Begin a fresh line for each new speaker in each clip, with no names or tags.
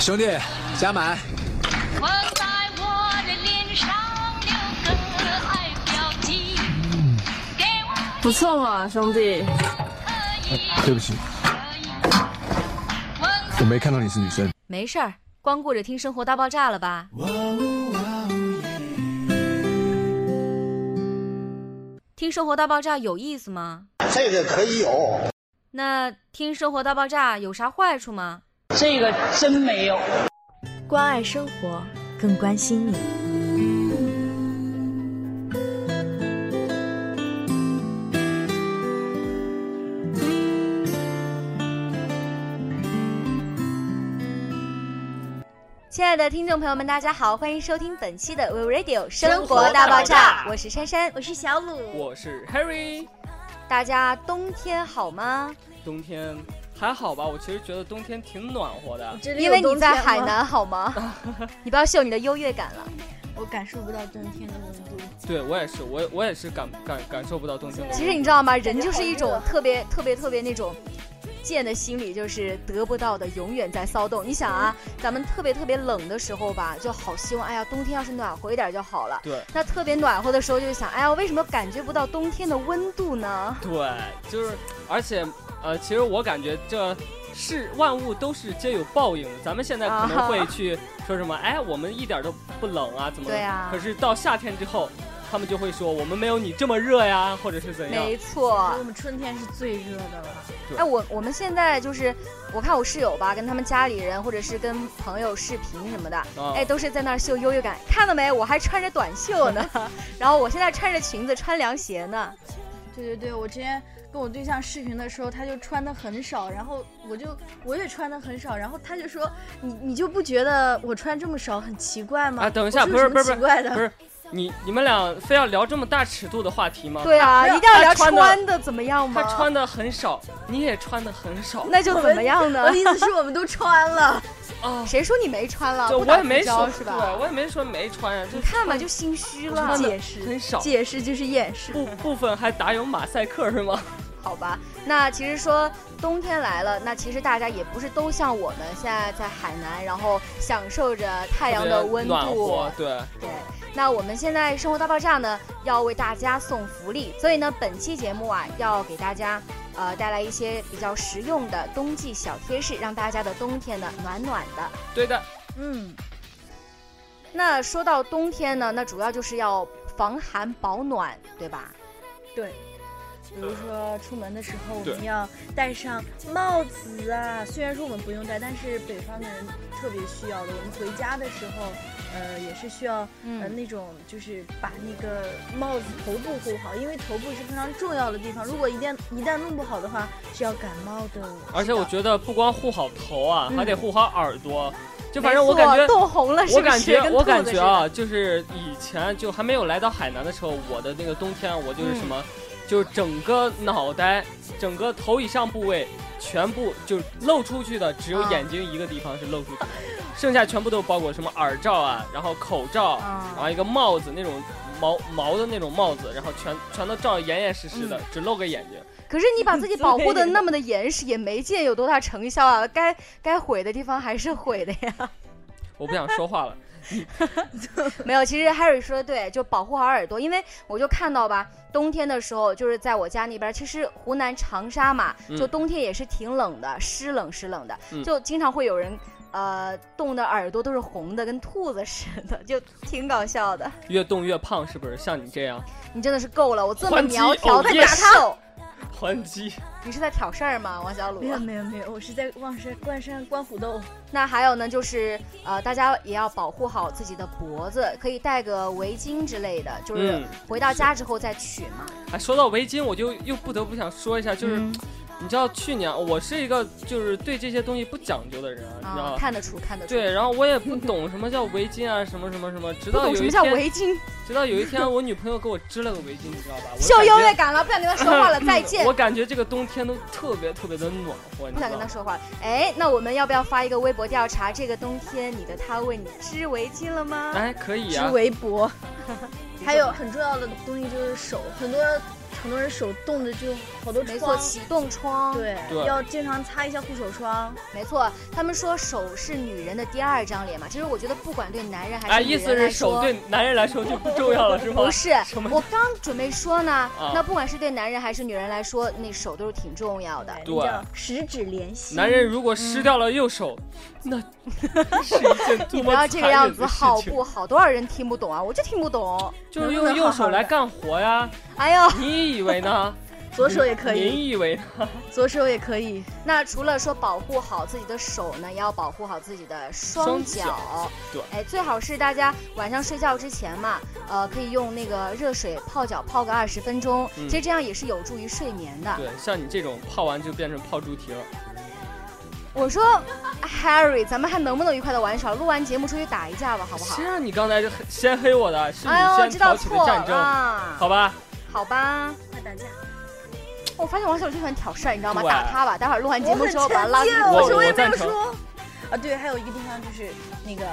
兄弟，加满。
我在我的脸上留个爱标记，给我
不错嘛，兄弟。
可以
对不起，
可以。我
我没看到你是女生。
没事儿，光顾着听《生活大爆炸》了吧？听《生活大爆炸》有意思吗？
这个可以有，
那听《生活大爆炸》有啥坏处吗？
这个真没有。
关爱生活，更关心你。
亲爱的听众朋友们，大家好，欢迎收听本期的 We Radio 生
活大爆炸
我是珊珊。
我是小鲁，
我是 Harry。
大家冬天好吗？
冬天还好吧？我其实觉得冬天挺暖和的。
这里
因
有
为你
冬
在
天
海
吗，
南好吗？ 你不要秀你的优越感了。
我感受不到冬天的温度。
对我也是，我我也是感感感受不到冬天的。
其实你知道吗？人就是一种特别特别特别那种贱的心理，就是得不到的永远在骚动。你想啊，咱们特别特别冷的时候吧，就好希望，哎呀，冬天要是暖和一点就好了。
对
那特别暖和的时候，就想，哎呀，我为什么感觉不到冬天的温度呢？
对，就是而且呃，其实我感觉这是呃万物都是皆有报应的。咱们现在可能会去说什么，哎，我们一点都不冷啊，怎么？
对啊
可是到夏天之后，他们就会说我们没有你这么热哎呀，或者是怎样？
没错，
我们春天是最热的了。
对
哎，我我们现在就是，我看我室友吧，跟他们家里人或者是跟朋友视频什么的，
啊
哎，都是在那儿秀优越感。看到没？我还穿着短袖呢， 然后我现在穿着裙子，穿凉鞋呢。
对对对，我之前跟我对象视频的时候，他就穿的很少，然后我就我也穿的很少，然后他就说你你就不觉得我穿这么少很奇怪吗？
啊，等一下，
我
不
说有
是不
什么
是不
奇
是
怪的，
不是，你你们俩非要聊这么大尺度的话题吗？
对啊，
没有
一定要
他
聊
穿的
的怎么样吗？
他穿的很少，你也穿的很少。
那就怎么样 呢
我的？意思是我们都穿 了，
啊，
谁说你没穿了？
这
啊不
我
打
也没
自招
说
是
对
吧？
我也没说没穿呀，就
你看吧，就心虚了
穿，的
解释
很少。
解释就是掩饰。
部部分还打有马赛克是吗？
好吧。那其实说冬天来了，那其实大家也不是都像我们现在在海南，然后享受着太阳的温
暖
度
和，，对，
对，那我们现在生活大爆炸呢，要为大家送福利，所以呢，本期节目啊，要给大家呃带来一些比较实用的冬季小贴士，让大家的冬天呢暖暖的。
对的，
嗯，
那说到冬天呢，那主要就是要防寒保暖，对吧？
对。比如说出门的时候，我
对
们要戴上帽子啊。虽然说我们不用戴，但是北方的人特别需要的。我们回家的时候，呃，也是需要
嗯
呃，
嗯
那种就是把那个帽子头部护好，因为头部是非常重要的地方，如果一旦一旦弄不好的话，是要感冒的。
而且我觉得不光护好头啊，
嗯
还得护好耳朵。就
没
反正我感
错
觉，
冻红 了，是
我
不
感
是？
觉，
跟
我
兔
感
子似
觉
的。
啊，就是以前就还没有来到海南的时候，我的那个冬天，我就是
嗯
什么，就是整个脑袋、整个头以上部位全部就是露出去的，只有
啊
眼睛一个地方是露出去的，剩下全部都包裹什么耳罩啊，然后口罩，然
啊，
后一个帽子那种毛毛的那种帽子，然后全全都罩得严严实实
嗯
的，只露个眼睛。
可是你把自己保护的那么的严实，也没见有多大成效啊。该该毁的地方还是毁的呀。
我不想说话了。
没有，其实 Harry 说的对，就保护好耳朵，因为我就看到吧，冬天的时候就是在我家那边，其实湖南长沙嘛，
嗯
就冬天也是挺冷的，湿冷湿冷的，
嗯
就经常会有人。呃，冻的耳朵都是红的，跟兔子似的，就挺搞笑的。
越冻越胖是不是？像你 这样
你真的是够了，我这么
还击
苗条
偶
的
夜
打瘦，
还击，
你是在挑事儿吗，王小鲁
没？有没有没有，我是在望山冠山观虎斗。
那还有呢，就是呃，大家也要保护好自己的脖子，可以戴个围巾之类的，就是
嗯
回到家之后再取嘛。
哎，说到围巾，我就又不得不想说一下，就是、
嗯
你知道去年我是一个就是对这些东西不讲究的人啊，你知道
啊，
吧？
看得出，看得出。
对，然后我也不懂什么叫围巾啊，什么什么什么，直
不
到
懂
有
什
一
么叫
天，
围巾，
直到有一天，我女朋友给我织了个围巾，你知道吧？我
秀
感
优
觉
越感了，不想跟他说话 了，再见
我。感觉这个冬天都特别特别的暖和，你
不
知
想
道
跟他
吗？
说话了。哎，那我们要不要发一个微博调查？这个冬天你的他为你织围巾了吗？
哎，可以
织
啊，
围脖，还有很重要的东西就是手，很多很多人手冻的就好多
没错，
疮，
启动疮，，
对，
对
要经常擦一下护手霜。
没错。他们说手是女人的第二张脸嘛，其实我觉得不管对男人还
哎，
是女
意
人
思
来
是手
说。
对男人来说就不重要了，是吗？
不是
什，么
我刚准备说呢，
啊
那不管是对男人还是女人来说，那手都是挺重要的。
对
那叫十指连心。
男人如
嗯
果失掉了右手， 那是一件多
你
么
不要这个样子
残忍
好
的事情
不好？多少人听不懂啊！我就听不懂。
就是用右手来干活呀？
哎呦，
你以为呢？
左手也可以，
您以为呢？
左手也可以。
那除了说保护好自己的手呢，也要保护好自己的双
双
脚。
脚对
哎，最好是大家晚上睡觉之前嘛，呃，可以用那个热水泡脚泡个二十分钟，
嗯
其实这样也是有助于睡眠的。
对，像你这种泡完就变成泡猪蹄了。
我说，Harry，咱们还能不能愉快的玩耍？录完节目出去打一架吧，好不好
谁？让你刚才就黑先黑我的？啊是你
哎呦，
先
知
挑
道
起的
错
战争，
了，啊
好吧？
好吧。
快打架！
我发现王小就喜欢挑事儿，你知道吗？
对
打他吧，待会儿录完节
我
目
很
之
沉
后把他拉出去
浸，
我
我什么也
我
没
赞
有
成
说。啊，对，还有一个地方就是那个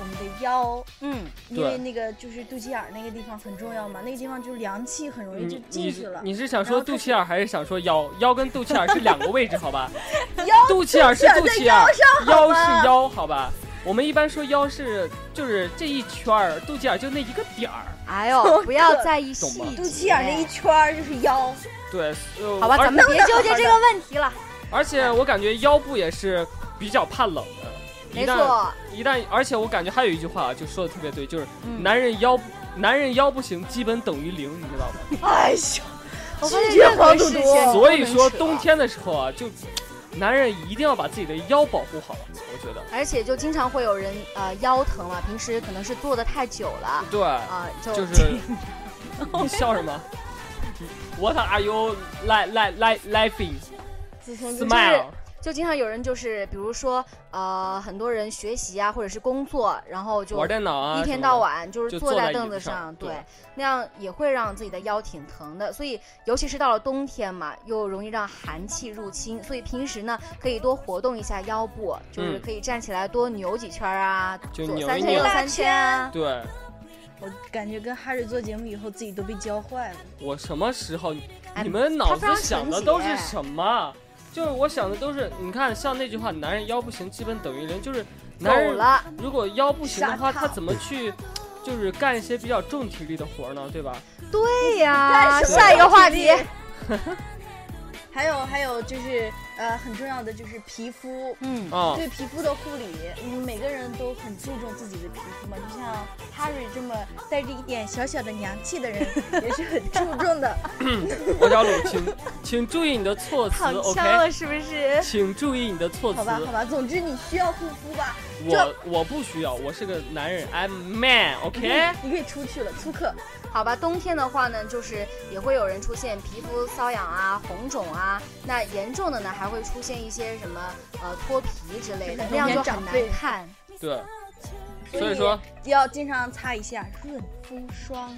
我们的腰，
嗯，
因为
对
那个就是肚脐眼儿那个地方很重要嘛，那个地方就是凉气很容易就
你
进
你
去了。
嗯你是想说
然后
肚
开始
脐眼儿还是想说腰？腰跟肚脐眼儿是两个位置，好吧？
腰
肚脐眼儿是肚脐眼儿
在
腰
腰，好吧
是腰，好吧？我们一般说腰是就是这一圈儿，肚脐眼儿就那一个点儿。
哎 呦，不要在意
懂
细
吗
节。
肚脐眼儿那一圈儿就是 腰，
对，呃
好吧，
而
咱们别纠结这个问题了。
而且我感觉腰部也是比较怕冷的。一
没
旦
错，
一旦，而且我感觉还有一句话啊就说的特别对，就是
嗯
男人腰、男人腰不行，基本等于零，你知道吗？
哎 呦，
我发现
拒绝
任何
黄赌
事情
毒
都能
所以说
扯
冬，天的时候啊，就男人一定要把自己的腰保护好，我觉得。
而且就经常会有人呃腰疼嘛，平时可能是坐的太久了
对，
啊、就
就是 你笑什么？What are you like like like laughing?
自从就是
Smile。
就经常有人就是比如说呃很多人学习啊或者是工作，然后就
玩电脑啊，
一
什
天
么
到
的。
晚就是
就
坐
坐
在
在椅
凳
子
子
上
对，
对
那样也会让自己的腰挺疼的。所以，尤其是到了冬天嘛，又容易让寒气入侵。所以平时呢，可以多活动一下腰部，就是
嗯
可以站起来多扭几圈啊，
就
左
扭
三
一
圈
扭
右三圈啊。
对，
我感觉跟哈瑞做节目以后自己都被教坏了。
我什么时候？
哎
你们脑子想的都是
他非常纯洁
什么？就是我想的都是，你看像那句话，男人腰不行，基本等于零，就是男
走
人
了，
如果腰不行的话，
傻
他
胖
怎么去就是干一些比较重体力的活儿呢？对吧？
对呀、
干什么
啊下一个话 题，
还有还有就是呃很重要的就是皮肤，
嗯，
啊、
对皮肤的护理，嗯，每个人都很注重自己的皮肤嘛，就像 Harry 这么带着一点小小的娘气的人，也是很注 重的。
我叫鲁，请 请注意你的措辞
躺
，OK？
枪了是不是？
请注意你的措辞
好。吧，好吧，总之你需要护肤吧。
我我不需要，我是个男人，I'm man，OK？、
嗯
你可以出去了，出客。
好吧，冬天的话呢，就是也会有人出现皮肤瘙痒啊、红肿啊，那严重的呢还会出现一些什么呃脱皮之类的，那样就很难 看。
对，所以说
要经常擦一下润肤霜。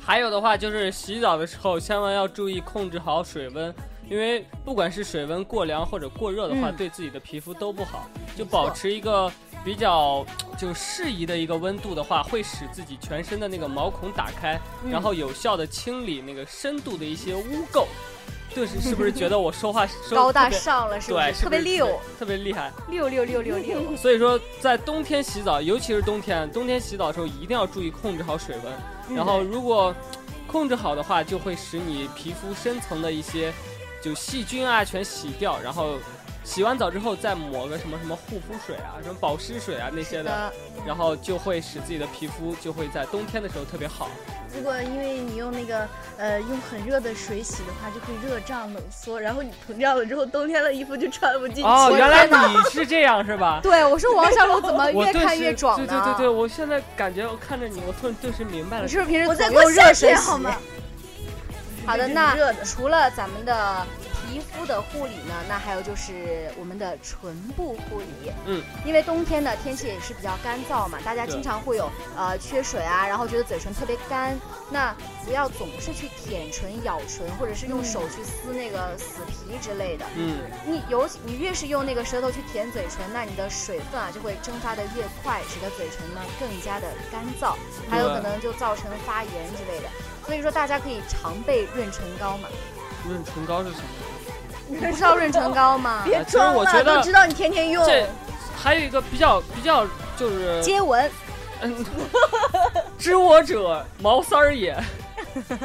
还有的话就是洗澡的时候，千万要注意控制好水温，因为不管是水温过凉或者过热的话，
嗯
对自己的皮肤都不好。就保持一个比较就适宜的一个温度的话，会使自己全身的那个毛孔打开，
嗯
然后有效的清理那个深度的一些污垢。顿时是不是觉得我说话说得
高大
特别
上了是不
对，
是？
是
特
不
别
是
溜，，
特别厉害。
六六六六六。
所以说，在冬天洗澡，尤其是冬天，冬天洗澡的时候一定要注意控制好水
嗯
温。然后，如果控制好的话，就会使你皮肤深层的一些就细菌啊全洗掉。然后洗完澡之后再抹个什么什么护肤水啊、什么保湿水啊那些
是
的，
的，
然后就会使自己的皮肤就会在冬天的时候特别好。
如果因为你用那个呃用很热的水洗的话，就会热胀冷缩，然后你膨胀了之后，冬天的衣服就穿不进去。
哦，原来你是这样 是吧？
对我说王小璐怎么
我
越
顿
看
时
越壮啊
对
呢？
对对对，我现在感觉我看着你，我突然顿时明白了
你。是不是平时
我
总
在过
用
夏
热水
天
洗
好吗？
好的，
热
那
的
除了咱们的皮皮肤的护理呢，那还有就是我们的唇部护理。
嗯，
因为冬天呢天气也是比较干燥嘛，大家
对
经常会有呃缺水啊，然后觉得嘴唇特别干。那不要总是去舔唇、咬唇，或者是用手去撕那个死皮之类的。
嗯，
你尤其你越是用那个舌头去舔嘴唇，那你的水分啊就会蒸发的越快，使得嘴唇呢更加的干燥，还有
对
可能就造成发炎之类的。所以说大家可以常备润唇膏 嘛，
润唇膏是什么？
你不知道润唇膏吗？
别
哎其实
装
我
了，
觉得
都知道你天天用。
这还有一个比较比较就是
接吻，
嗯， 知我者毛三 儿也。就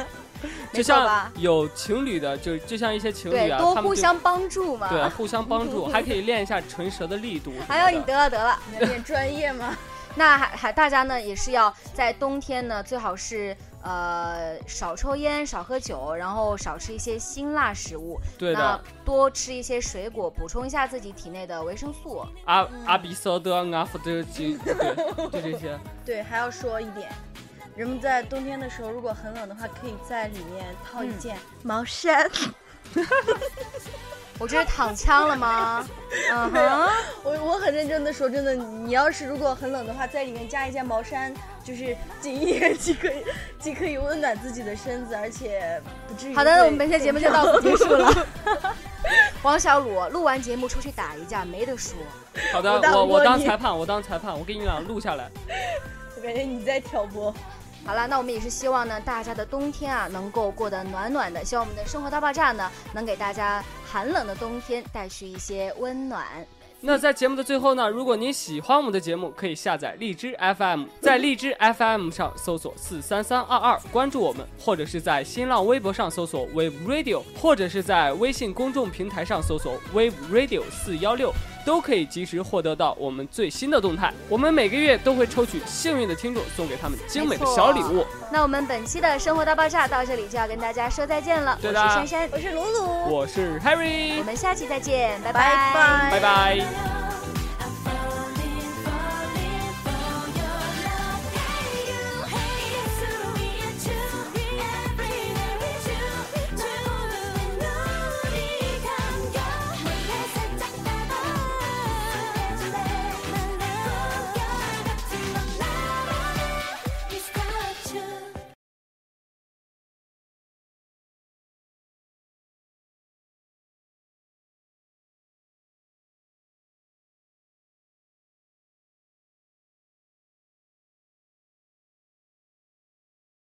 没错
像
吧
有情侣的，就就像一些情
对
侣，啊，
多
他们
互
就
相帮助嘛。
对啊互相 帮助，还可以练一下唇舌的力度什么的。
还哎有你得了得了，
有点专业嘛，
那还还大家呢也是要在冬天呢，最好是呃少抽烟、少喝酒，然后少吃一些辛辣食物，
对
那
的，
多吃一些水果，补充一下自己体内的维生素。
阿阿比索德阿夫德吉，对，就这些。
对，还要说一点，人们在冬天的时候，如果很冷的话，可以在里面套一件
嗯
毛衫。
我这是躺枪了吗？嗯
没有
哼，
我我很认真的说，真的，你要是如果很冷的话，在里面加一件毛衫，就是仅一点 既可以既可以温暖自己的身子，而且不至于。
好的，我们本期节目就到此结束了。王小鲁录完节目出去打一架，没得说。
好的，
我当
我
我
我当
你
裁判，我当裁判，我给你俩录下来。
我感觉你在挑拨。
好了，那我们也是希望呢，大家的冬天啊能够过得暖暖的，希望我们的生活大爆炸呢能给大家寒冷的冬天带去一些温暖。
那在节目的最后呢，如果您喜欢我们的节目，可以下载荔枝 FM，在荔枝 FM 上搜索四三三二二，关注我们，或者是在新浪微博上搜索 Wave Radio，或者是在微信公众平台上搜索 Wave Radio 四幺六，都可以及时获得到我们最新的动态。我们每个月都会抽取幸运的听众，送给他们精美的小礼物。
那我们本期的生活大爆炸到这里就要跟大家说再见了，我
对
是
的
珊珊，
我是鲁鲁，
我是
我
Harry，
们下期再见，拜
拜
拜
拜拜。
love.